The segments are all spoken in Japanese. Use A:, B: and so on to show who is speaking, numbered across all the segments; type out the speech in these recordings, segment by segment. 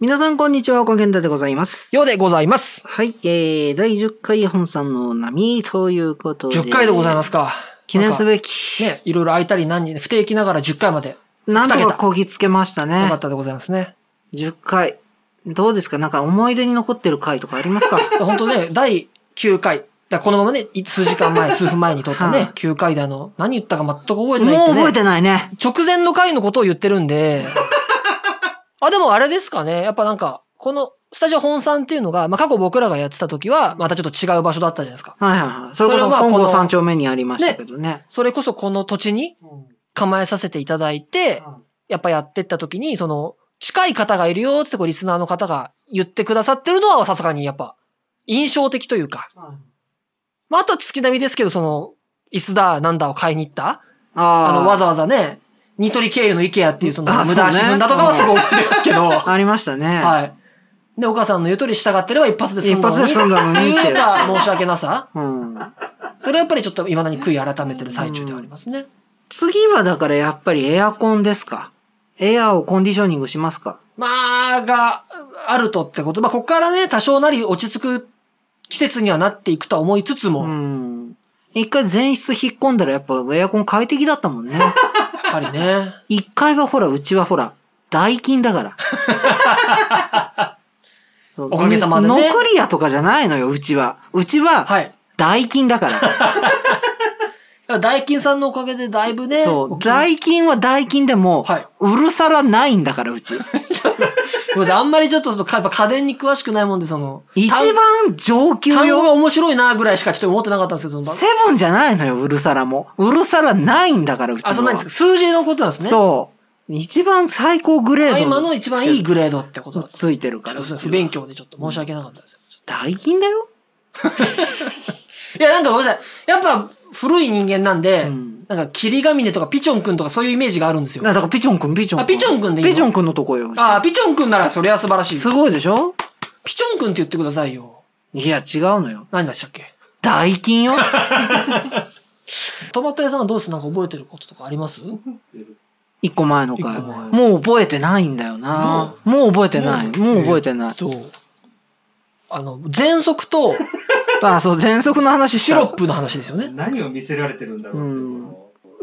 A: 皆さんこんにちは、岡健太でございます。
B: ようでございます。
A: はい、えー、第10回本さんの波ということで。。
B: 10回でございますすか。
A: 記念す
B: き。
A: べき。
B: ね、いろいろ空いたり何人、不定期ながら10回まで。
A: なんと
B: 二
A: か
B: 桁
A: こぎつけました
B: よ
A: ね
B: かっ。たでございますね。
A: 10回。どうですかなんか思い出に残ってる回とかありますか
B: 本当ね、第9回。だからこのままね、い数時 間前、数分前に撮った
A: は
B: ね
A: い、
B: 9回であの、何言ったか全 く覚えてない
A: もう覚え
B: ね。
A: てないね。
B: 直前の回のことを言ってるんで。 あ、でもあれですかね。やっぱなんか、この、スタジオ本さんっていうのが、まあ、過去僕らがやってた時は、またちょっと違う場所だったじゃないですか。
A: はいはいはい。それこそ
B: それは
A: 本
B: この
A: 郷三丁目にありましたけどね。
B: それこそこの土地に構えさせていただいて、やっぱやってった時に、その、近い方がいるよってこうリスナーの方が言ってくださってるのはさすがにやっぱ、印象的というか。まあ、あとは月並みですけど、その、椅子だ、なんだを買いに行ったあ
A: あ
B: の、わざ
A: わ
B: わざね、ニトリ経由の IKEA っていうその
A: あ
B: 無駄足
A: そうね
B: 踏んだとかはすごい覚えてますけど、は
A: ありましたね。
B: い。で、お母さんの言う通り従ってれば一発で済んだのに。
A: 一発で済んだのにってやつ
B: 言うか申し訳なさ。
A: うん。
B: それはやっぱりちょっと未だに悔い改めてる最中ではありますね。
A: 次はだからやっぱりエアコンですかエアをコンディショニングしますか
B: まあ、が、あるとってこと。まあ、ここからね、多少なり落ち着く季節にはなっていくとは思いつつも、
A: う
B: や
A: ん。一回全室引っ込んだらやっぱエアコン快適だったもん ね。
B: っぱりね、
A: 一回はほら、うちはほら、代金だから。 そう
B: おかげさまでね
A: の残り屋とかじゃないのよ、うちは。うちは、
B: はい。
A: 代金だから。
B: 大金さんのおかげでだいぶね、
A: そう。
B: 大きな
A: 代金は代金でも、
B: はいう
A: るさらないんだから、うち。
B: ごめんなさいあんまりちょっとその、やっぱ家電に詳しくないもんで、その、
A: 一番上級
B: 単単語
A: よ。
B: が面白いなぐらいしかちょっと思ってなかったんですけど、その、
A: セブンじゃないのよ、うるさらも。うるさらないんだから、うちのは
B: あ、そうなんですか数字のことなんですね。
A: そう。一番最高グレー
B: あ
A: ド。
B: 今の一番いいグレードってことだった。ち
A: ついてるか
B: ょ
A: ら、
B: っ
A: う
B: と
A: ち
B: 不
A: は
B: 勉強でちょっと申し訳なかったです。
A: 代金だよ。
B: いや、なんかごめんなさい。やっぱ、古い人間なんで、
A: うん
B: なんか、霧ヶ峰とかピチョン君とかそういうイメージがあるんですよ。
A: あだからピチョンくん、ピチョンくん。
B: あピチョンくんでいいの
A: ピチョンくんのとこよ。うち
B: ああ、ピチョン君ならそれは素晴らしい。
A: すごいでしょ
B: ピチョン君って言ってくださいよ。
A: いや、違うのよ。
B: 何でしたっけ
A: 代金 よ。
B: トマト屋さんはどうですなんか覚えてることとかあります
A: 一個前の回。
B: 一個前
A: もう覚えてないんだよな。もう覚えてない。もう覚えてない。
B: そう。あの、喘息と
A: あ、そう、喘息の話し
B: シ
A: た
B: ロップの話です よね。
C: 何を見せられてるんだろうっていう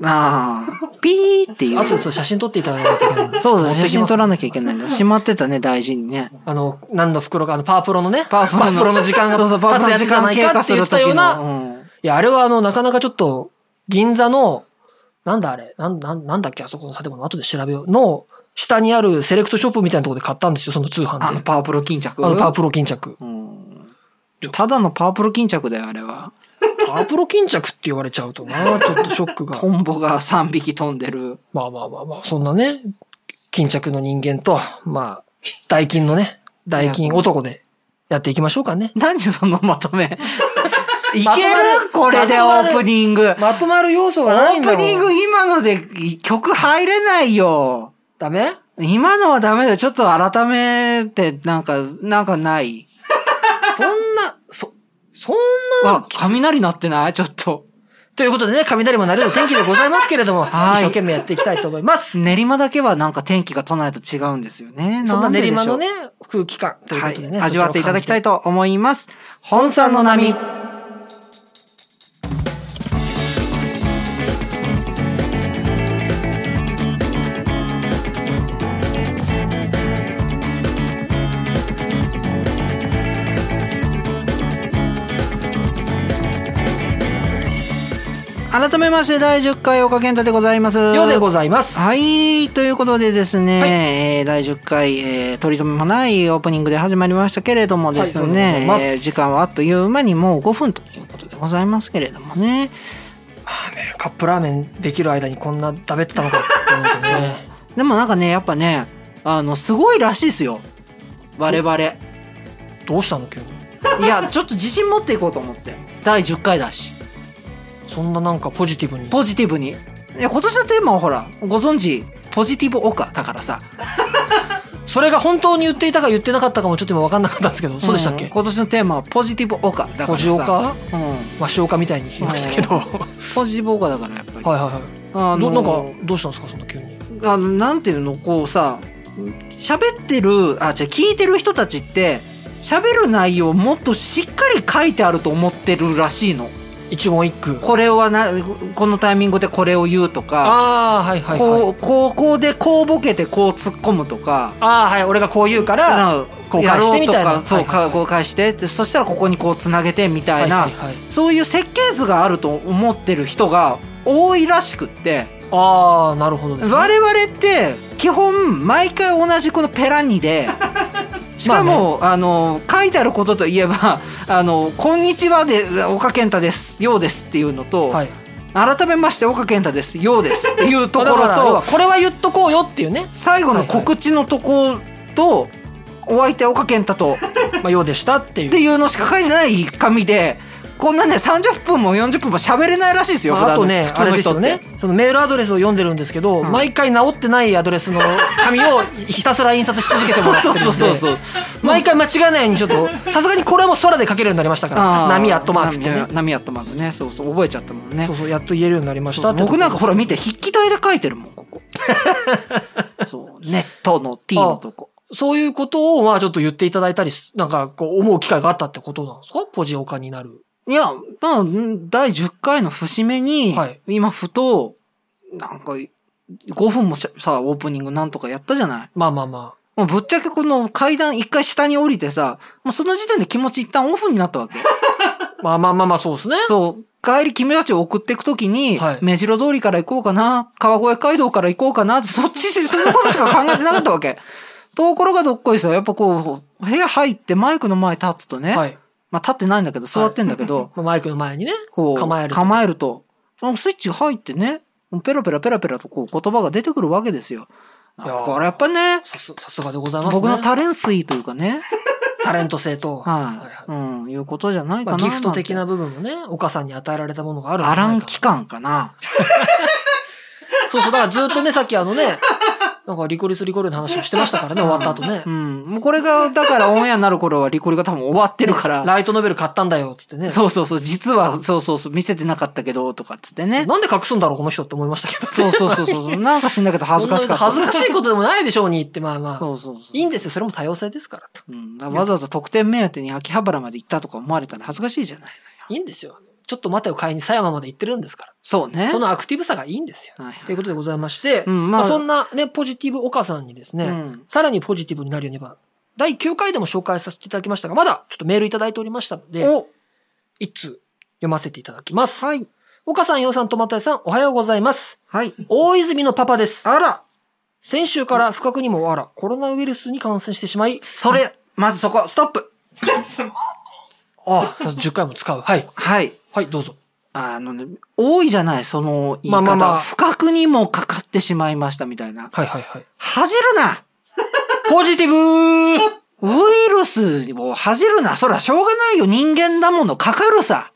A: ああ。ピーっていう。
B: あと、そう写真撮っていただかないといけないんで
A: そうだ、
B: ちょっと持って
A: 写
B: きま
A: 真
B: す
A: 撮らなきゃいけないんだ。しまってたね、大事にね。
B: あの、何の袋か、あの、パワープロのね。
A: パワープロの
B: 時間が。
A: そうそう、パープの時間経過する
B: 経過する
A: 時
B: 時ような。
A: の。うん
B: いや、あれはあの、なかなかちょっと、銀座の、なんだあれ、なん、なんなんだっけ、あそこの建物、後で調べよう。の、下にあるセレクトショップみたいなところで買ったんですよ、その通販で。
A: あの、パープロ巾着。
B: あのパワープロ巾着。
A: うんただのパープル巾着だよ、あれは。
B: パワープロ巾着って言われちゃうと な、ちょっとショックが
A: ト。ンボが3匹飛んでる。
B: まあまあまあまあ、そんなね、巾着の人間と、まあ、大金のね、大金男でやっていきましょうかね。
A: 何そのまとめ。い
B: ま
A: け
B: とま
A: る
B: る
A: これでオ
B: まとま
A: ー
B: る
A: プニング。
B: まとまる要素
A: オ
B: がないん
A: ー
B: だ
A: プ
B: もん
A: ニング今ので曲入れないよ。
B: ダメ
A: 今のはダメだよ。ちょっと改めて、なんか、なんかない。
B: そんな、そ、そんな。
A: わ、雷鳴ってないちょっと。
B: ということでね、雷も鳴るような天気でございますけれども、
A: はい
B: 一生懸命やっていきたいと思います。
A: 練馬だけはなんか天気が都内と違うんですよね。
B: そん
A: な
B: なん
A: でで
B: 練
A: しょう
B: 馬のね、空気感ということでね、
A: はい、味わっていただきたい
B: と。
A: と思います。本さんの波。改めまして第10回岡健太でございます。
B: ようでございます。
A: はい、ということでですね、
B: はい
A: えー第10回、えー、取り留めもないオープニングで始まりましたけれどもです
B: はいそうでござ
A: ね
B: い、ます
A: えー時間はあっという間にもう5分ということでございますけれどもね。
B: カップラーメンできる間にこんな食べってたのかって思うとね。
A: でもなんかね、やっぱね、あの、すごいらしいですよ。我々。い
B: どうしたの急に。
A: や、ちょっと自信持っていこうと思って。第10回だし、
B: そんななんかポジティブに。
A: ポジティブに。いや、今年のテーマはほら、ご存知、ポジティブオカだからさ。
B: それが本当に言っていたか言ってなかったかもちょっと今分かんなかったんですけど、そうでしたっ
A: ん
B: け
A: 今年のテーマはポジティブオカだからさ。
B: ポジオカ
A: うん。
B: マシオカみたいに言いましたけど。
A: うん
B: はい
A: ポジティブオカだからやっぱり。
B: はいは
A: あ
B: い。どなんか、どうしたんですかそんな急に。
A: あのなんていうのこうさ喋ってる、あ、じゃ聞いてる人たちって、喋る内容もっとしっかり書いてあると思ってるらしいの。
B: 一言一句。
A: これはな、このタイミングでこれを言うと
B: か、あはいはい、はい、
A: こう、こう、こうでこうボケてこう突っ込むとか、
B: ああはい、俺がこう言うから、こう返してみたいな。
A: そう、はいはい、こう返してって、そしたらここにこうつなげてみたいな、はいはいはい、そういう設計図があると思ってる人が多いらしくって、
B: ああなるほど、ね、
A: 我々って基本毎回同じこのペラニ でしかも、まあね、あの書いてあることといえば 「あのこんにちはで岡健太ですようです」っていうのと、はい、改めまして岡健太ですようですっていうところと
B: これは言っとこうよっていうね
A: 最後の告知のとこと「お相手岡健太と」
B: まあ、ようでしたっていう。
A: っていうのしか書いてない紙で。こんなね30分も40分も喋れないらしいですよ、
B: まあ、あとね普通の人ねそのメールアドレスを読んでるんですけど、うん、毎回直ってないアドレスの紙をひたすら印刷し続けてもらってるんでそうそうそう毎回間違えないようにちょっとさすがにこれも空で書けるようになりましたから波アットマークってね
A: 波アットマークねそうそう覚えちゃったもんね
B: そうそうやっと言えるようになりました
A: 僕なんかほら見て筆記体で書いてるもん ここそうネットの T のとこ
B: そういうことを、まあちょっと言っていただいたり、なんかこう思う機会があったってことなんですかポジオカになる。
A: いや、まあ、第10回の節目に、はい、今ふと、なんか、5分もさ、オープニングなんとかやったじゃない
B: まあまあま
A: あ。もうぶっちゃけこの階段一回下に降りてさ、もうその時点で気持ち一旦オフになったわけ。
B: まあまあまあまあ、そうですね。
A: そう。帰り君たちを送っていくときに、はい、目白通りから行こうかな、川越街道から行こうかな、そっち、そんなことしか考えてなかったわ け。ところがどっこいさ、やっぱこう、部屋入ってマイクの前立つとね、はいまあ、立ってないんだけど、座ってんだけ ど、
B: はい、マイクの前にね、
A: こう、構えると。構えると。そのスイッチ入ってね、ペラペラペラペラとこう言葉が出てくるわけですよ。これやっぱね、
B: さすさすがでございます、ね、
A: 僕のタレンスイというかね。
B: タレント性と。
A: はい。うん、いうことじゃないかな,な、ま
B: あ、ギフト的な部分もね、岡さんに与えられたものがある
A: アラン期間かな。
B: そうそう、だからずっとね、さっきあのね、 なんかリコリスリコリの話をしてましたからね、終わった後ね。
A: うん。もうこれが、だからオンエアになる頃はリコリが多分終わってるから。
B: ライトノベル買ったんだよ、つってね。
A: そうそうそう、実は、そうそうそう、見せてなかったけど、とかつってね。
B: なんで隠すんだろう、この人って思いましたけど、
A: ね、そうそうそうそう。なんか死んだけど恥ずかしかった。
B: 恥ずかしいことでもないでしょうにって、まあまあ。
A: そうそうそう。
B: いいんですよ、それも多様性ですからと。
A: うん。わざわざ特典目当てに秋葉原まで行ったとか思われたら恥ずかしいじゃない
B: いいんですよ。ちょっと待てを買いに狭山まで行ってるんですから。
A: そうね。
B: そのアクティブさがいいんですよ。はいはい、ということでございまして、うんまあ、まあ、そんなね、ポジティブ岡さんにですね、うん、さらにポジティブになるようにば、第9回でも紹介させていただきましたが、まだちょっとメールいただいておりましたので、一通読ませていただきます。
A: はい。
B: 岡さん、洋さん、とまたえさん、おはようございます。
A: はい。
B: 大泉のパパです。
A: あら
B: 先週から不覚にもあら、コロナウイルスに感染してしまい、
A: それ、うん、まずそこ、ストップ
B: ああ、10回も使う。はい。
A: はい。
B: はい、どうぞ。
A: あのね、多いじゃない、その言い方。まあまあまあ、不覚にもかかってしまいましたみたいな。
B: はいはいはい。
A: 恥じるな
B: ポジティ
A: ウ
B: ブ
A: イルスを恥じるな。そら、しょうがないよ。人間だもの。かかる さ。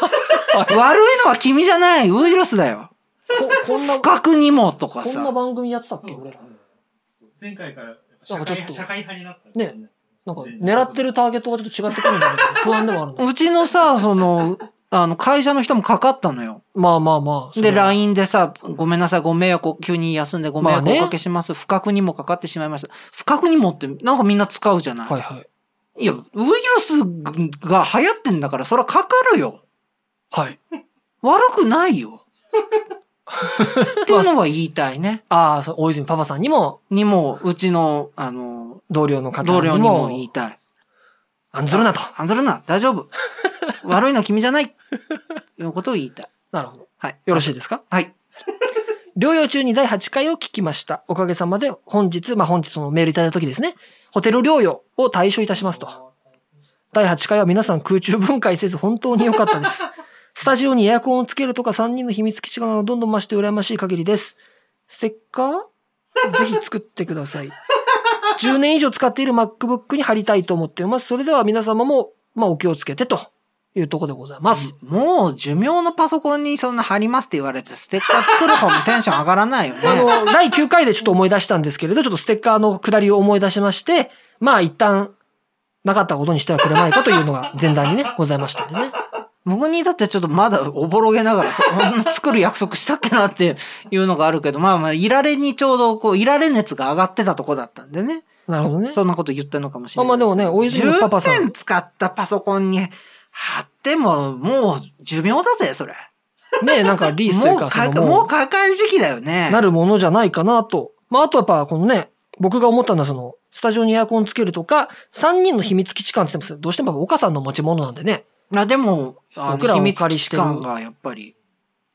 A: 悪いのは君じゃない。ウイルスだよ。
B: こんな
A: 不覚にもとかさ。
B: こんな番組やってたっけ俺ら。
C: 前回から社会なんかちょっと社会派になった
B: ね。ねなんか狙ってるターゲットがちょっと違ってくるんだけど、不安でもあるんだ。
A: うちのさ、その、あの、会社の人もかかったのよ。
B: まあまあま
A: あ。で、LINE でさ、ごめんなさい、ご迷惑を、急に休んでご迷惑をおかけします、まあね。不覚にもかかってしまいました。不覚にもって、なんかみんな使うじゃない。
B: はいはい。
A: いや、ウイルスが流行ってんだから、そりゃかかるよ。
B: はい。
A: 悪くないよ。 っていうのは言いたいね。
B: ああ、そう、大泉パパさんにも。
A: にも、うちの、あの、
B: 同僚の方に
A: も。同僚にも言いたい。
B: 案ずるなと。
A: 案ずるな、大丈 夫。悪いのは君じゃない。のことを言いたい。
B: なるほど。
A: はい。
B: よろしいですか
A: はい。
B: 療養中に第8回を聞きました。おかげさまで本日、まあ本日のメールいただいた時ですね、ホテル療養を対処いたしますと。第8回は皆さん空中分解せず本当に良かったです。 スタジオにエアコンをつけるとか3人の秘密基地がどんどん増して羨ましい限りです。ステッカーぜひ作ってください。10年以上使っている MacBook に貼りたいと思っています。それでは皆様も、まあ、お気をつけてというとこでございます。
A: もう寿命のパソコンにそんな貼りますって言われて、ステッカー作る方もテンション上がらない よね。あ
B: の、第9回でちょっと思い出したんですけれど、ちょっとステッカーの下りを思い出しまして、まあ一旦なかったことにしてはくれないかというのが前段にね、ございましたんでね。
A: 僕にだってちょっとまだおぼろげながら、そんな作る約束したっけなっていうのがあるけど、まあまあ、いられにちょうどこう、いられ熱が上がってたとこだったんでね。
B: なるほどね。
A: そんなこと言ったのかもしれ
B: あ
A: ない
B: まあでもね、大
A: ですけ
B: 泉
A: ど、
B: パパさ
A: 10
B: ん
A: 点。使ったパソコンに貼っても、もう寿命だぜ、それ。
B: ね、なんかリースとい
A: も
B: う
A: う
B: か、
A: か
B: その
A: もうかかる時期だよね。
B: なるものじゃないかなと。まあ、あとやっぱ、このね、僕が思ったのは、その、スタジオにエアコンつけるとか、3人の秘密基地感って言ってますけど、どうしてもやっぱ岡さんの持ち物なんでね、
A: あでも、あの
B: 僕らを
A: 秘
B: お
A: 密
B: 借り
A: 基
B: し
A: 地
B: てる
A: 感がやっぱり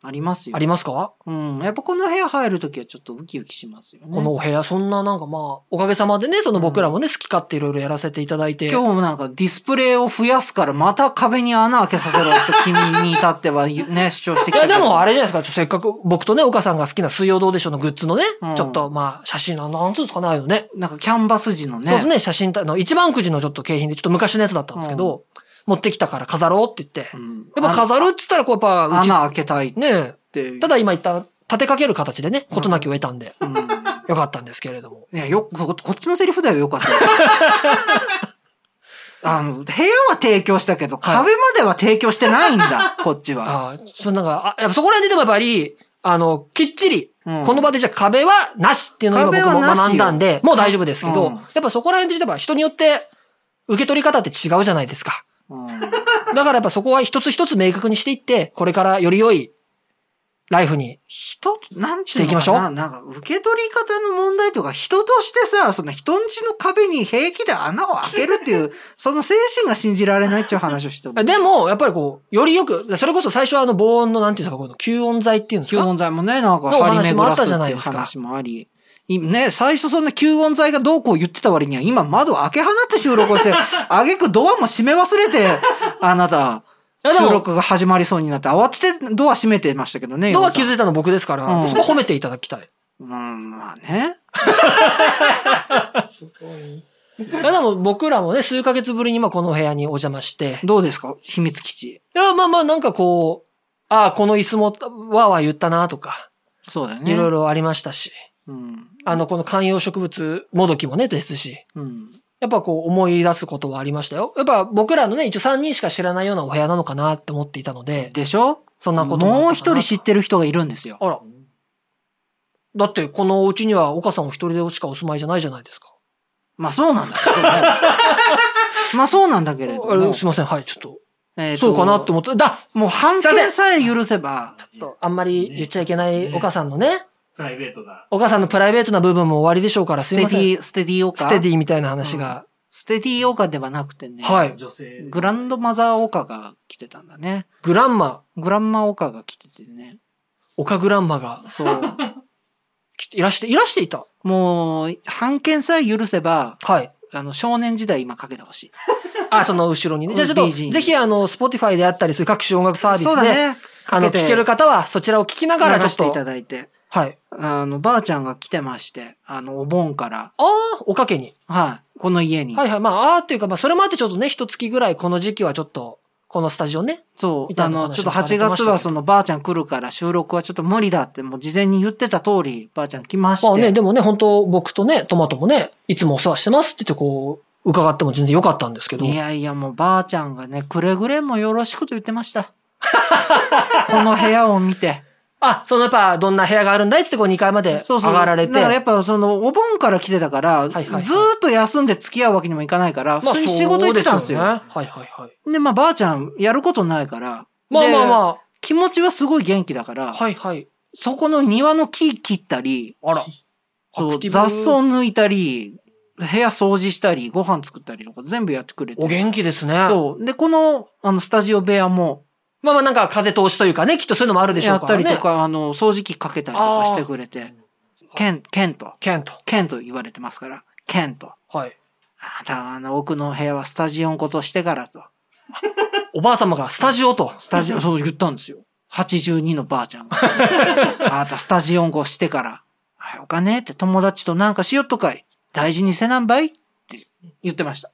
A: ありますよ。
B: ありますか
A: うん。やっぱこの部屋入るときはちょっとウキウキしますよね。
B: このお部屋、そんななんかまあ、おかげさまでね、その僕らもね、好き勝手いろいろやらせていただいて、
A: 今日もなんかディスプレイを増やすからまた壁に穴開けさせろと君に至っては ね、主張して
B: い
A: きた
B: や、
A: けど。
B: でもあれじゃないですか、ちょっとせっかく、僕とね、岡さんが好きな水曜どうでしょうのグッズのね、
A: うん
B: ちょっとまあ、写真、なんなんつうんですかね、ああいうのね。
A: なんかキャンバス地のね。
B: そうですね、写真た、あの、一番くじのちょっと景品で、ちょっと昔のやつだったんですけど、持ってきたから飾ろうって言って
A: う、ん
B: やっぱ飾るって言ったら、こうやっぱ、うち、
A: 穴開けたいっ
B: ね
A: ていう。
B: ただ今言った、立てかける形でね、
A: うん
B: 事なきを得たんで、
A: うん、
B: よかったんですけれども。
A: いや、よこ、こっちのセリフだよ、よかったよ。 あの、部屋は提供したけど、
B: はい
A: 壁までは提供してないん だ、こっちは。
B: ああ、そうなんか、あやっぱそこら辺ででもやっぱり、あの、きっちり、
A: うん
B: この場でじゃあ壁はなしっていうのを
A: 壁
B: 今
A: は
B: 僕も
A: なしよ
B: 学んだんで、もう大丈夫ですけど、
A: うん
B: やっぱそこら辺で言えば人によって受け取り方って違うじゃないですか。
A: うん
B: だからやっぱそこは一つ一つ明確にしていって、これからより良いライフに、
A: 人、なんて
B: していきましょう
A: のかななんか、受け取り方の問題とか、人としてさ、その人んちの壁に平気で穴を開けるっていう、その精神が信じられないっていう話をしてる。
B: でもやっぱりこう、よりよく、それこそ最初はあの防音のなんていうんですか、この吸音材っていうんです
A: 吸
B: か。
A: 音材もね、なんか、
B: のお
A: 張り
B: 話
A: 巡
B: もあ
A: ら
B: った
A: す
B: じゃ
A: っ
B: な
A: て
B: い
A: いう
B: ですか
A: 話もあり。いね、最初そんな吸音材がどうこう言ってた割には、今窓を開け放って収録を して、あげくドアも閉め忘れて、あなた、
B: いやでも
A: 収録が始まりそうになって、慌ててドア閉めてましたけどね。
B: のは
A: 洋
B: 気
A: さん
B: づいたの僕ですから、
A: うん
B: そこ褒めていただきたい。
A: うん、まあね。
B: いやでも僕らもね、数ヶ月ぶりにまあこの部屋にお邪魔して、
A: どうですか秘密基地。
B: いや、まあまあなんかこう、ああ、この椅子もわーわー言ったなとか、
A: そうだよね。
B: いろいろありましたし、
A: うん。
B: あの、この観葉植物もどきもね、ですし、
A: うん。
B: やっぱこう思い出すことはありましたよ。やっぱ僕らのね、一応3人しか知らないようなお部屋なのかなって思っていたので、
A: でしょ
B: そんなこと
A: もう一人知
B: し
A: ってる人がいるんですよ。
B: あら。だってこのお家には岡さんお一人でしかお住まいじゃないじゃないですか。
A: まあそうなんだけど ね。まあそうなんだけれど
B: あれ
A: も
B: すい。ません、はい、ちょっと。
A: えーと
B: そうかなって思って、だ
A: もう判決さえ許せば、
B: ちょっとあんまり言っちゃいけない岡さんのね、
C: プライベートな。
B: 岡さんのプライベートな部分も終わりでしょうから、す
A: ス
B: い
A: テ
B: ま
A: デ
B: せん。
A: ィ、ステディオカ。
B: ステデ
A: ィ。
B: ィみたいな話が。
A: ステディオカではなくてね。
B: はい。
C: 女性。
A: グ ランドマザーオカが来てたんだね。
B: グランマ、
A: グランマオカが来ててね。
B: 岡グランマが
A: そう。
B: きいらして、いらしていた。
A: もう、判決さえ許せば、
B: はい。
A: あの、少年時代今かけてほしい。
B: あ、その後ろにね。じゃあちょっと、
A: BG
B: ぜひあの、Spotify であったりする各種音楽サービ
A: そう
B: ス
A: だ
B: で、
A: ね。
B: あの、
A: かて
B: 聴ける方はそちらを聞きながら
A: 流
B: ち
A: して
B: ょ
A: い
B: ったと。
A: だいて。
B: はい。
A: あの、ばあちゃんが来てまして、あの、お盆から、
B: ああ、おかけに。
A: はい、この家に。
B: はいはい。まあ、ああっていうか、まあ、それもあってちょっとね、一月ぐらいこの時期はちょっと、このスタジオね。
A: そ
B: み
A: う。
B: たい
A: あ
B: な
A: の、ちょっと
B: 話
A: 8
B: をされてました
A: 月
B: ね
A: はそのばあちゃん来るから収録はちょっと無理だってもう事前に言ってた通り、ばあちゃん来まして。
B: まあね、でもね、本当僕とね、トマトもね、いつもお世話してますって言ってこう、伺っても全然良かったんですけど。
A: いやいや、もうばあちゃんがね、くれぐれもよろしくと言ってました。 この部屋を見て。
B: あ、そのやっぱ、どんな部屋があるんだいっつってこう2階まで
A: そう
B: 上
A: そう。
B: がられて。
A: だからやっぱその、お盆から来てたから、
B: いはいはい
A: ずーっと休んで付き合うわけにもいかないから、普通に仕事行ってたんですよ。
B: ま
A: で
B: あそうですよねはいはいはい。
A: まあばあちゃんやることないから。
B: まあまあ
A: あ。
B: ま
A: 気持ちはすごい元気だから、
B: あ。はいはい。
A: そこの庭の木切ったり、
B: あら。
A: そ
B: アク
A: う、
B: ティ
A: 雑
B: ブ
A: 草抜いたり、部屋掃除したり、ご飯作ったりとか全部やってくれて。
B: お元気ですね。
A: そう。で、この、あの、スタジオ部屋も、
B: まあまあなんか風通しというかね、きっとそういうのもあるでしょ
A: や
B: う
A: っ
B: から
A: た
B: ね。
A: りとか、あの、掃除機かけたりとかしてくれて、ケン、ケンと、
B: ケント。
A: ケンと言われてますから、ケンと。
B: はい。
A: あなたはあの、奥の部屋はスタジオのことしてからと。
B: おばあ様がスタジオと。
A: スタ ジオ、そう言ったんですよ。82のばあちゃんが。あなたスタジオンこしてから、はい、お金って友達となんかしよっとかい。大事にせなんばいって言ってました。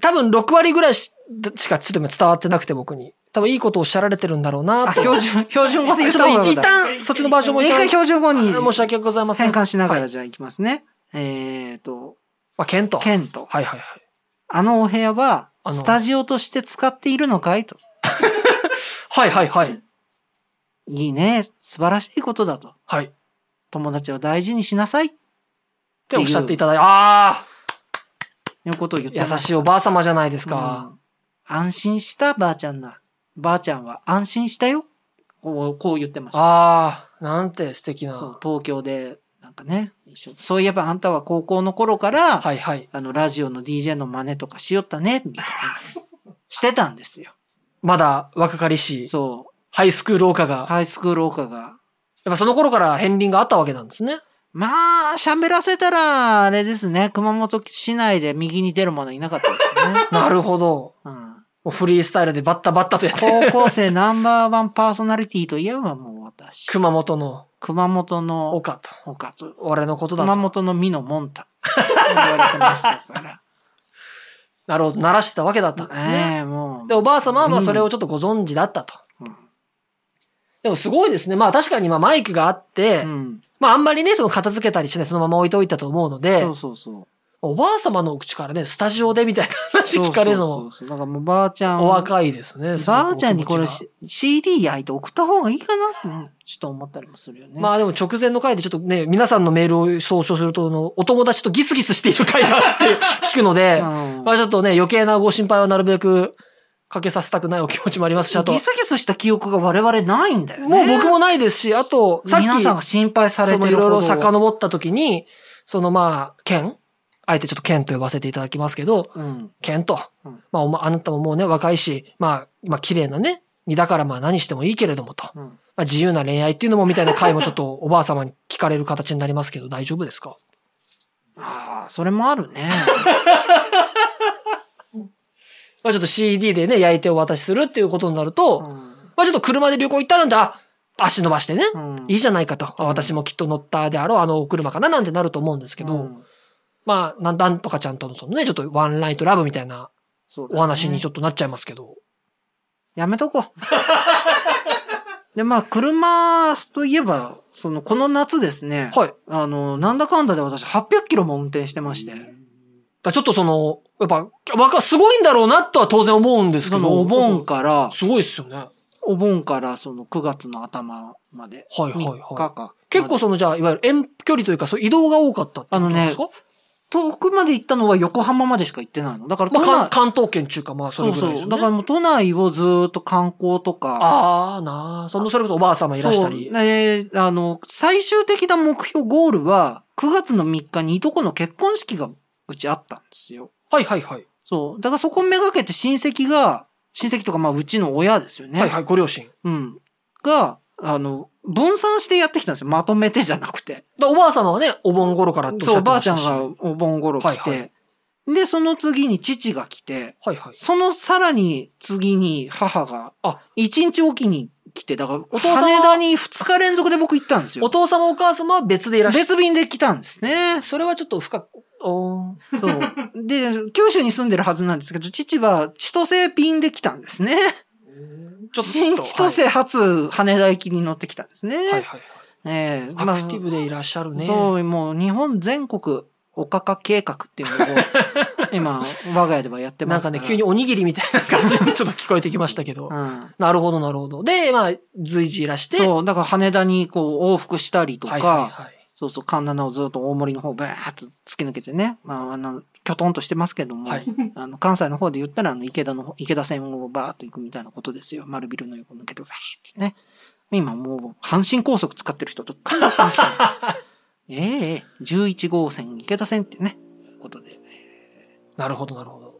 B: 多分6割ぐらいししかちょっと今伝わってなくて僕に。多分いいことをおっしゃられてるんだろう
A: あ、
B: なと。
A: 標 準、標準語で言っ
B: ち
A: た
B: ょ
A: 方
B: っ
A: が
B: と
A: よ
B: 一
A: かった。
B: 旦そっちのバージョンも
A: 一
B: 一
A: 回
B: 旦
A: 標準語に
B: 申し訳ございません。
A: 変換しなが
B: は
A: ら
B: い
A: じゃあいきますね。えっ、と、
B: まあ、ケント。
A: ケント。
B: はいはいはい。
A: あのお部屋は
B: あの
A: スタジオとして使っているのかいと。
B: はいはいはい。
A: いいね。素晴らしいことだと。
B: はい。っ
A: 友達を大事にしなさい。と
B: ておっしゃっていただいて、ああ
A: いうことを言って
B: 優しい
A: で
B: おばあ様じゃないですか。
A: 安心したばあちゃんだ。ばあちゃんは安心したよ。こうこう言ってました。
B: ああ、なんて素敵な。
A: そう東京で、なんかね、一緒そういえばあんたは高校の頃から、
B: はいはい。
A: あの、ラジオの DJ の真似とかしよったね、みたいな。してたんですよ。
B: まだ若かりし、
A: そ
B: ハイスクール岡が
A: う。、ハイスクール岡が。
B: やっぱその頃から片鱗があったわけなんですね。
A: まあ、喋らせたら、あれですね。熊本市内で右に出るものいなかったですね。
B: なるほど。
A: うん
B: もうフリースタイルでバッタバッタとやって、
A: 高校生ナンバーワンパーソナリティといえばもう私。
B: 熊本の
A: 熊本の
B: 岡と、
A: 岡と、
B: 俺のことだ
A: 熊
B: と。
A: 本の美のモンタ。言われてましたから。
B: なるほど、鳴らしてたわけだったんですね。
A: ねえ、もう。
B: で、おばあ様はまあそれ
A: う
B: を
A: ん
B: ちょっとご存知だったと。
A: うん
B: でもすごいですね。まあ確かにまあマイクがあって、
A: うん。
B: まああんまりね、その片付けたりしない、そのまま置いておいたと思うので
A: そ、うそうそう。
B: おばあ様の口からね、スタジオでみたいな話聞かれるの
A: そう
B: も、
A: そうそう。だからもうばあちゃん
B: お若いですね。すごく
A: ばあちゃんにこ
B: お
A: れ
B: 気持ち
A: CD 焼いて送った方がいいかな、うん、ちょっと思ったりもするよね。
B: がまあでも直前の回でちょっとね、皆さんのメールを総称すると、あのお友達とギスギスしている回があって 聞くので、
A: うん
B: まあちょっとね、余計なご心配はなるべくかけさせたくないお気持ちもありますし、あと
A: ギ、スギスした記憶が我々ないんだよね。
B: もう僕もないですし、あと、さっき、
A: 皆さんが心配され
B: そ
A: て
B: の
A: る
B: いろいろ
A: ほど
B: 遡った時に、そのまあ、剣あえてちょっと剣と呼ばせていただきますけど、
A: うん。
B: 剣と
A: うん。
B: まあおま、あなたももうね、若いし、まあ、まあ、綺麗なね、身だからまあ何してもいいけれどもと。
A: うん
B: まあ、自由な恋愛っていうのもみたいな回もちょっとおばあ様に聞かれる形になりますけど、大丈夫ですか
A: ああ、それもあるね。
B: まあちょっと CD でね、焼いてお渡しするっていうことになると、
A: うん
B: まあちょっと車で旅行行ったなんて、あ、足伸ばしてね、
A: うん
B: いいじゃないかと。あ私もきっと乗ったであろう、あのお車かななんてなると思うんですけど、
A: うん
B: まあ、なんなんとかちゃんとのそのね、ちょっとワンライトラブみたいな
A: そうだね
B: お話にちょっとなっちゃいますけど。
A: やめとこう。 で、まあ、車といえば、その、この夏ですね。
B: はい。だか
A: あの、なんだかんだで私800キロも運転してまして。
B: らちょっとその、やっぱ、わか、すごいんだろうなとは当然思うんですけ
A: そ
B: ど。
A: の、お盆から、
B: すごいっすよね。は
A: お盆からその9月の頭まで。
B: いはい
A: 3日
B: は
A: か。
B: い。結構その、じゃあ、いわゆる遠距離というか、そう移動が多かったってことなんですか
A: 遠くまで行ったのは横浜までしか行ってないの。だから
B: ま
A: 都
B: あ
A: 内、
B: 関、関東圏中か、まあ、そ
A: そ
B: れ
A: う
B: ぐらいです
A: そ
B: よ
A: う。
B: ね。
A: だからもう都内をずーっと観光とか。
B: ああ、なあ。その、それこそおばあ様いらしたり。
A: そうえーあの、最終的な目標、ゴールは、9月の3日にいとこの結婚式がうちあったんですよ。
B: はいはいはい。
A: そう。だからそこめがけて親戚が、親戚とかまあうちの親ですよね。
B: はいはい、ご両親。
A: うん。が、あの、分散してやってきたんですよ。まとめてじゃなくて。
B: だおばあ様はね、お盆頃からっておっし
A: そ
B: ゃ
A: う、
B: って
A: ば
B: ま
A: あ
B: し
A: ちゃ
B: た
A: ん
B: し。
A: がお盆頃来て、
B: はいは
A: で、その次に父が来て、
B: はいはい。
A: そのさらに次に母が、
B: あ
A: 一日おきに来て、だから、
B: 父さんは
A: 羽田に二日連続で僕行ったんです
B: お
A: よ。
B: 父様お母様は別でいらっしゃる。
A: 別便で来たんですね。
B: それはちょっと深く、おー
A: そう。で、九州に住んでるはずなんですけど、父は千歳便で来たんですね。
B: ちょっと。
A: 新千歳発羽田行きに乗ってきたんですね。
B: はいはいはい。
A: ええ
B: アクティブでいらっしゃるね。
A: そう、もう日本全国おかか計画っていうのを、 今、我が家ではやって
B: な
A: ま
B: ん
A: すか。
B: からね、急におにぎりみたいな感じにちょっと聞こえてきましたけど
A: う。ん。
B: なるほど、なるほど。で、まあ、随時いらして。
A: そう、だから羽田にこう往復したりとか、
B: はいはいはい。
A: そうそう、神奈川をずっと大森の方、ばーっと突き抜けてね、まあ、あの、きょとんとしてますけども、
B: はい
A: あの、関西の方で言ったら、あの、池田の方、池田線をばーっと行くみたいなことですよ。丸ビルの横抜けて、ばーってね。今もう、阪神高速使ってる人とか、 ええ11号線、池田線ってね、ことで。
B: なるほど、なるほど。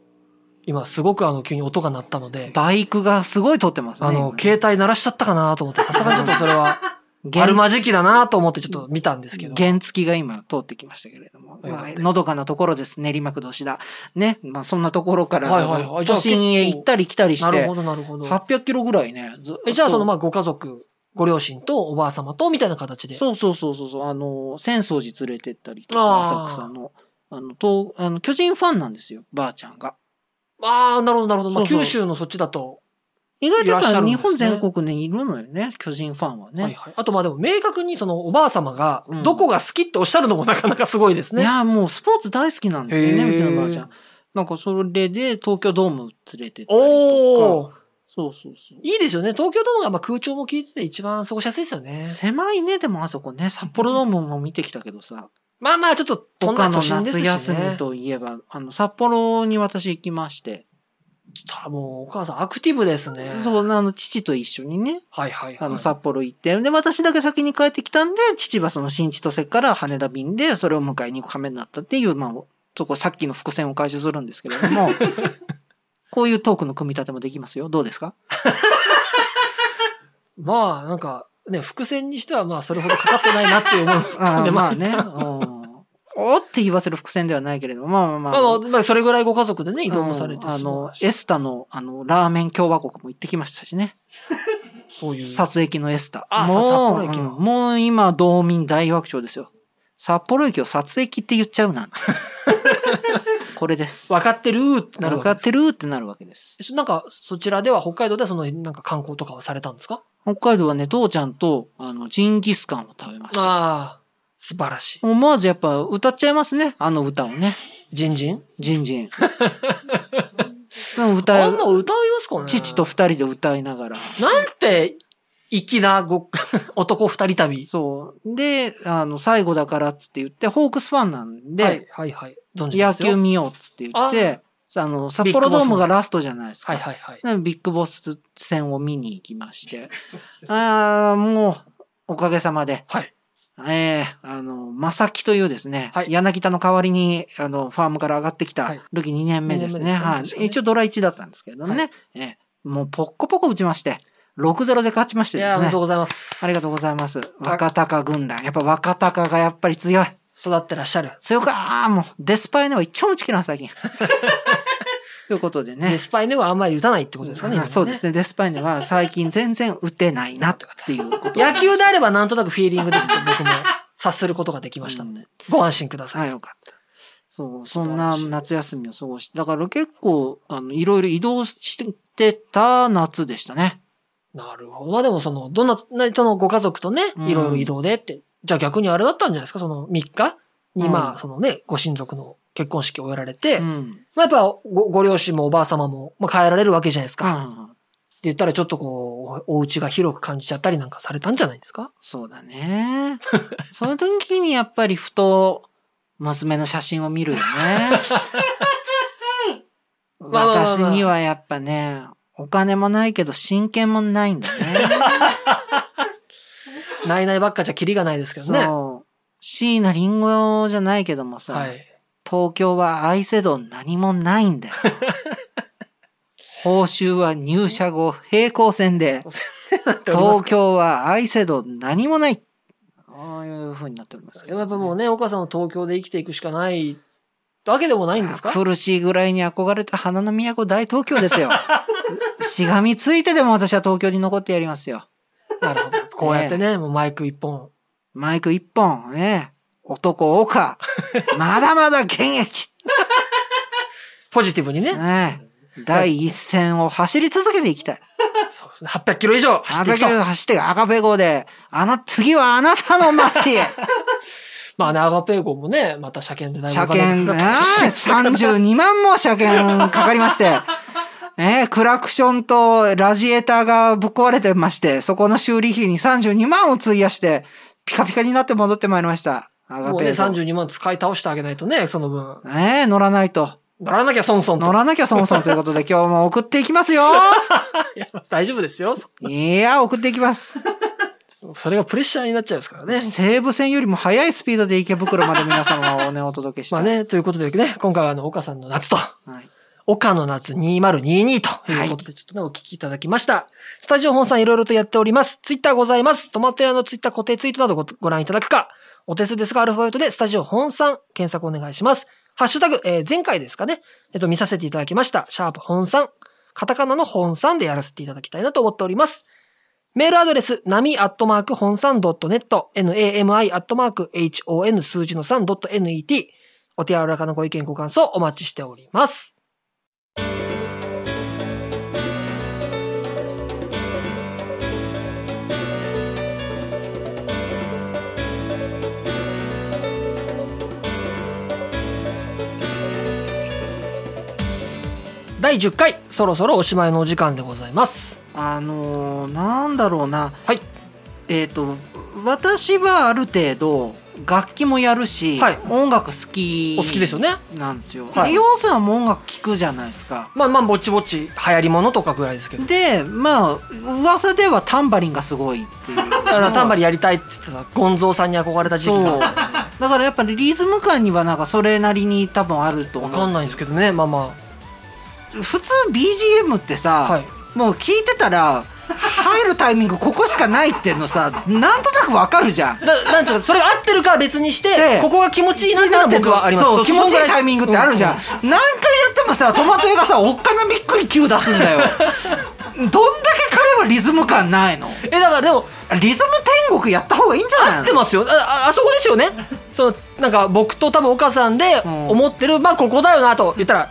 B: 今、すごくあの、急に音が鳴ったので、
A: バイクがすごい通ってますね。
B: あの、携帯鳴らしちゃったかなと思って、さす がにちょっとそれは、あ
A: 原
B: るまじきだなと思ってちょっと見たんですけど。
A: 原付きが今通ってきましたけれども、
B: い
A: まあ、のどかなところです練馬区年だねまあそんなところから、
B: はいはいはいじゃ
A: 都
B: あ
A: 心へ行ったり来たりし
B: なる
A: て
B: ほど、なるほど。
A: 800キロぐらいねずっと
B: え、じゃあ、その、まあ、ご家族、ご両親とおばあ様と、みたいな形で。
A: そうそうそうそうそうあの浅草寺連れてったりと
B: あ
A: か
B: ー
A: 浅草のあの東あの巨人ファンなんですよばあちゃんが
B: ああ、なるほど、なるほど。まあ、
A: そうそう
B: 九州のそっちだと。
A: 意外とやっ
B: いらっし
A: ぱ
B: ゃるん
A: 日
B: ですね
A: 本全国ねいるのよね巨人ファンはね、
B: はい
A: い
B: はい。あと、まあでも、明確にそのおばあ様が
A: うん、
B: どこが好きっておっしゃるのもなかなかすごいですね。
A: やもうスポーツ大好きなんですよ
B: へ
A: ね
B: ー
A: うちのばあちゃんなんかそれで東京ドーム連れてったりとか
B: おお
A: そうそうそう。
B: いいですよね。東京ドームがまあ空調も効いてて一番過ごしやすいですよね。
A: 狭いね、でもあそこね。札幌ドームも見てきたけどさ。
B: まあまあ、ちょっと飛ん
A: 他
B: だ
A: の
B: 都心です
A: 夏
B: し、ね。
A: 休みといえば、あの、札幌に私行きまして。
B: したらもう、お母さんアクティブですね。。
A: そうう、あの、父と一緒にね。
B: はいはいはい。
A: あの、札幌行って。で、私だけ先に帰ってきたんで、父はその新千歳から羽田便で、それを迎えに行く羽目になったっていう、まあ、そこさっきの伏線を回収するんですけれど も、こういうトークの組み立てもできますよ。どうです か
B: まあ、なんか、ね、伏線にしてはまあ、それほどかかってないなっていう 思いもった
A: あ
B: ん
A: ー
B: で、
A: ま
B: ま
A: あ
B: あ、
A: ね。うんおーって言わせる伏線ではないけれども、まあまあまあ。
B: まあまあ、まあ、それぐらいご家族でね、移動もされて
A: うんあの、
B: そう
A: エスタの、あの、ラーメン共和国も行ってきましたしね。
B: そういう。
A: 札駅のエスタ。
B: あ札
A: もう、
B: 幌駅の
A: うんもう今、道民大爆笑ですよ。札幌駅を札駅って言っちゃう なんて。これです。
B: 分かってるーってなる
A: 分
B: わ
A: か
B: け
A: ってるってなるわけです。
B: ですなんか、そちらでは、北海道ではその、なんか観光とかはされたんですか
A: 北海道はね、父ちゃんと、あの、ジンギスカンを食べました。
B: ああ、素晴らしい。
A: 思わずやっぱ歌っちゃいますね。あの歌をね。
B: ジンジン
A: ジンジ ン。でも歌
B: あ
A: え
B: んま歌いますかね
A: 父と。二人で歌いながら。
B: なんて、粋なご、 男二人旅。
A: そう。で、あの、最後だからっつって言って、ホークスファンなんで、
B: はい、はい、はい。存じて
A: 野
B: ますよ
A: 球見ようっつって言って、あの、札
B: ビッグ
A: 幌
B: ボス
A: ドームがラストじゃないですか。
B: はい、はい、はい。
A: でビッグボス戦を見に行きま して。ああ、もう、おかげさまで。
B: はい。
A: ええあの、まさきというですね、
B: はい
A: 柳田の代わりに、あの、ファームから上がってき
B: は
A: た
B: い、
A: ルキ2年目ですね。
B: 二年目ですね
A: は
B: 確か
A: い。
B: ね
A: 一応ドラ1だったんですけどね。
B: は
A: ええもう、ポッコポコ打ちまして、6-0で勝ちまし
B: い
A: てで
B: やー、
A: す
B: おめ
A: ね
B: でとう。ございます。
A: ありがとうございます。若鷹軍団。やっぱ若鷹がやっぱり強い。
B: 育ってらっしゃる。
A: 強かあーもう、デスパイネは一丁もちきらん、最近。 ということで
B: デ
A: ね。
B: スパイネはあんまり打たないってことですかね。今
A: あ
B: ね
A: そうですね。デスパイネは最近全然打てないな、っていうこと。
B: 野球であればなんとなくフィーリングですって 僕も察することができましたので、ご安心くださ。
A: はいい、よかった。そう、そんな夏休みを過ごして、だから結構、あの、いろいろ移動してた夏でしたね。
B: なるほど。まあでもその、どんな、なそのご家族とね
A: う、ん
B: いろいろ移動でって、じゃあ逆にあれだったんじゃないですか、その3日に、
A: うん
B: まあそのね、ご親族の結婚式を終えられて、
A: う
B: ま
A: ん。
B: あやっぱごご両親もおばあ様も、まあ帰られるわけじゃないです
A: う
B: か。って
A: ん。
B: 言ったらちょっとこう、おお家が広く感じちゃったりなんかされたんじゃないですか
A: そうだね。その時にやっぱりふと、娘の写真を見るよね。
B: まあまあまあ
A: 私にはやっぱね、お金もないけど真剣もないんだね。
B: ないないばっかじゃキリがないですけどね。は
A: そう。椎名林檎じゃないけどもさ、
B: い。
A: 東京は愛せど何もないんだ よ。報酬は入社後平行線で、東京は愛せど何もない。ああいう風になっておりますけ
B: で
A: ど、
B: もやっぱもうね、お母さんも東京で生きていくしかないわけでもないんですか
A: 苦しいぐらいに憧れた花の都大東京 ですよ。しがみついてでも私は東京に残ってやりますよ。
B: なるほど。こうやってね、もうマイク一本。
A: マイク一本、ね、男岡、まだまだ現役、
B: ポジティブにね。
A: ね、第一線を走り続けていきたい。
B: そうですね。800キロ以上走ってい
A: 800
B: く
A: キ
B: と。
A: ロ走って赤ペ号で、あな、次はあなたの街へ。
B: まあね、アガペー号もね、また車検でだい
A: 車
B: ぶお金
A: 検、
B: が
A: ね
B: かかっ、
A: 32万も車検かかりま して。えクラクションとラジエーターがぶっ壊れてまして、そこの修理費に32万を費やして、ピカピカになって戻ってまいりました。アガ
B: てもう
A: ペ
B: ね、
A: ー号。
B: 32万使い倒してあげないとね、その分。
A: ねえ乗らないと。
B: 乗らなきゃ損損
A: 乗
B: と。
A: らなきゃそもそもということで、今日も送っていきます よ
B: いや 大丈夫ですよ。そ
A: いや、送っていきます。
B: それがプレッシャーになっちゃいますからね。
A: 西武線よりも速いスピードで池袋まで皆様をね、お届けした
B: ま
A: い。
B: あね、ということでね、今回はあの、岡さんの夏と。
A: はい
B: 岡の夏2022ということで、ちょっとね、お聞きいただきました。スタジオ本さんいろいろとやっております。ツイッターございます。トマト屋のツイッター固定ツイートなどごご覧いただくか、お手数ですが、アルファベットでスタジオ本さん検索お願いします。ハッシュタグ、えー前回ですかね、えっと、見させていただきました。シャープ本さん。カタカナの本さんでやらせていただきたいなと思っております。メールアドレス、なみアットマーク本さん .net、nami アットマーク hon 数字の 3.net。お手柔らかなご意見ご感想お待ちしております。第10回、そろそろおしまいのお時間でございます。
A: あのーなんだろうな
B: はい。
A: えっ、と私はある程度楽器もやるし、
B: はい
A: 音楽好き
B: お好きですよね。
A: なんですよ。
B: はい
A: でヨウさんも音楽聴くじゃないですか。
B: まあまあ、ぼちぼち流行りものとかぐらいですけど。
A: でまあ噂ではタンバリンがすごいっていう
B: だから、タンバリンやりたいって言ってた、ゴンゾーさんに憧れた時期
A: そう
B: が。
A: だからやっぱりリズム感にはなんかそれなりに多分あると思
B: わ
A: う
B: かんないんですけどね、まあま
A: 普通 BGM って
B: あ。
A: さ、
B: はい。
A: もう聞いてたら入るタイミングここしかないってのさなんとなくわかるじゃん。
B: だなんつうか、それが合ってるかは別にして
A: で、
B: ここが気持ちいいなってのは僕はあります。
A: そう気持ちいいタイミングってあるじゃん、
B: う
A: 何回やってもさトマト屋がさおっかなびっくり急出すんだ よどんだけ彼はリズム感ないの
B: え、だからでも、
A: リズム天国やった方がいいんじゃないの
B: 合ってますよ。あ、ああそこですよね。その、なんか僕と多分岡さんで
A: うん
B: 思ってる、まあここだよなと言ったら、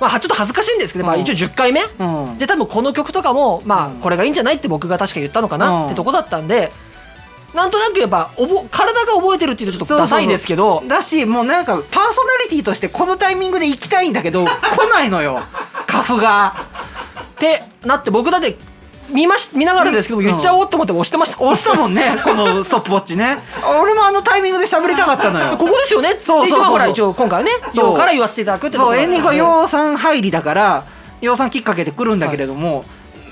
B: まあちょっと恥ずかしいんですけど、まあ
A: うん
B: 一応10回目。
A: うん
B: で、多分この曲とかも、まあ
A: うん
B: これがいいんじゃないって僕が確か言ったのか
A: う
B: なんってとこだったんで、なんとなくやっぱ、おぼ、体が覚えてるっていうとちょっとダサいですけど、
A: だしもうなんかパーソナリティとしてこのタイミングで行きたいんだけど来ないのよカフが
B: ってなって僕だって見まし、見ながらですけど、
A: うん
B: 言っちゃおうと思って押してました。
A: 押したもんねこのストップウォッチね俺もあのタイミングで喋りたかったのよ
B: ここですよね
A: そうそうそうそう
B: 一応ほら一応今回はね
A: そう
B: 今日から言わせていただくってとこ
A: そう
B: ろ
A: エンディングは
B: よ
A: 洋さん入りだから洋さんきっかけで来るんだけれども、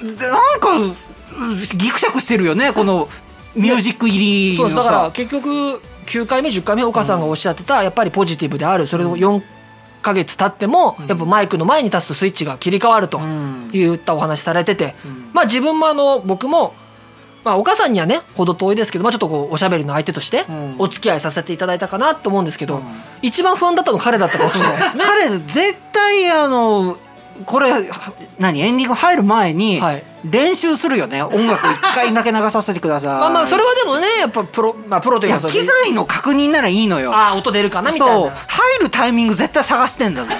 A: でなんかうんギクシャクしてるよねこのミュージック入り
B: そうです
A: の
B: だから
A: さ
B: 結局9回目10回目岡さんがおっしゃってた、やっぱりポジティブであるそれを4ヶ月経っても、やっぱマイクの前に立つとスイッチが切り替わると
A: ん
B: 言ったお話されてて、
A: うん
B: まあ自分もあの僕もまあ岡さんにはねほど遠いですけど、まあ、ちょっとこうおしゃべりの相手として
A: うん
B: お付き合いさせていただいたかなと思うんですけど、
A: うん
B: 一番不安だったの彼だったかもしれ ないですね。
A: 彼絶対あのこれは何エンディング入る前に
B: はい
A: 練習するよね、音楽一回だけ流させてください
B: まあまあそれはでもねやっぱプロまあプロと
A: い
B: いう
A: や
B: か
A: 機材の確認ならいいのよ
B: ああ音出るかなみたい
A: そう
B: な
A: 入るタイミング絶対探してんだぞ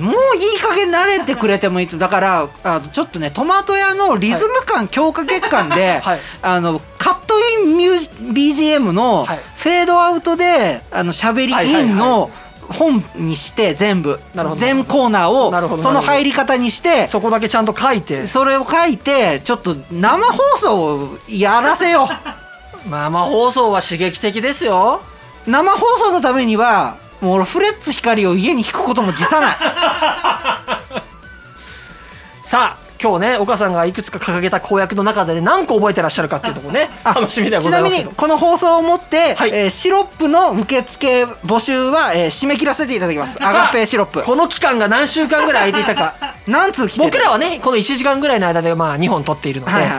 A: もういい加減慣れてくれてもいいとだからあのちょっとねトマト屋のリズム感強化月間で、
B: はい
A: あのカットインミュージ BGM のフ
B: はい
A: ェードアウトであのしゃべり
B: はい
A: イ
B: はい
A: ン
B: は
A: の本にして全部
B: なるほど
A: 全コーナ
B: なる
A: ー
B: ほど
A: をその入り方にして
B: そこだけちゃんと書いて
A: それを書いてちょっと生放送をやらせよう。
B: 生放送は刺激的ですよ
A: 生放送のためにはもう俺フレッツ光を家に引くことも辞さない
B: さあ今日ね岡さんがいくつか掲げた公約の中で、ね、何個覚えてらっしゃるかっていうとこ ろね楽しみではご
A: ち
B: ざ
A: ないみ
B: ますけ
A: に
B: ど
A: この放送をもって、
B: はい
A: えーシロップの受付募集は、えー締め切らせていただきますアガペーシロップ
B: この期間が何週間ぐらい空いていたか
A: 何 通来てる
B: 僕らはねこの1時間ぐらいの間でまあ2本撮っているので、
A: はいはい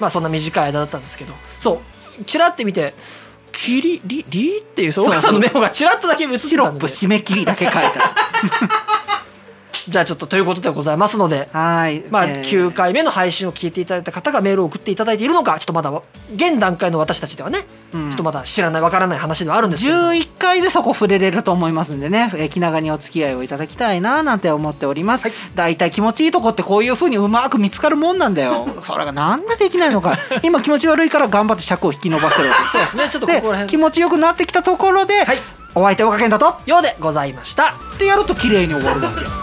B: まあそんな短い間だったんですけどそうチラって見て「キリリリ」っていうそう
A: そう
B: 岡さんのメモがチラっとだけ映ってたので
A: シロップ締め切りだけ書いて あ
B: じゃあちょっとということでございますので
A: るはい
B: まあ、
A: えー
B: 9回目の配信を聞いていただいた方がメールを送っていただいているのか、ちょっとまだわ、現段階の私たちではね、
A: うん
B: ちょっとまだ知らない、わからない話ではあるんですけど、
A: 11回でそこ触れれると思いますんでね、えー気長にお付き合いをいただきたいななんて思っております、大体気持ちいいとこってこういう風にうまく見つかるもんなんだよそれがなんでできないのか今気持ち悪いから頑張って尺を引き伸ばしてるわけです
B: そう
A: よ
B: ですね、ちょっとこ
A: で
B: こら辺
A: 気持ちよくなってきたところで、
B: はい
A: お相手岡健太と
B: ようでございました。
A: ってやると綺麗に終わるわけ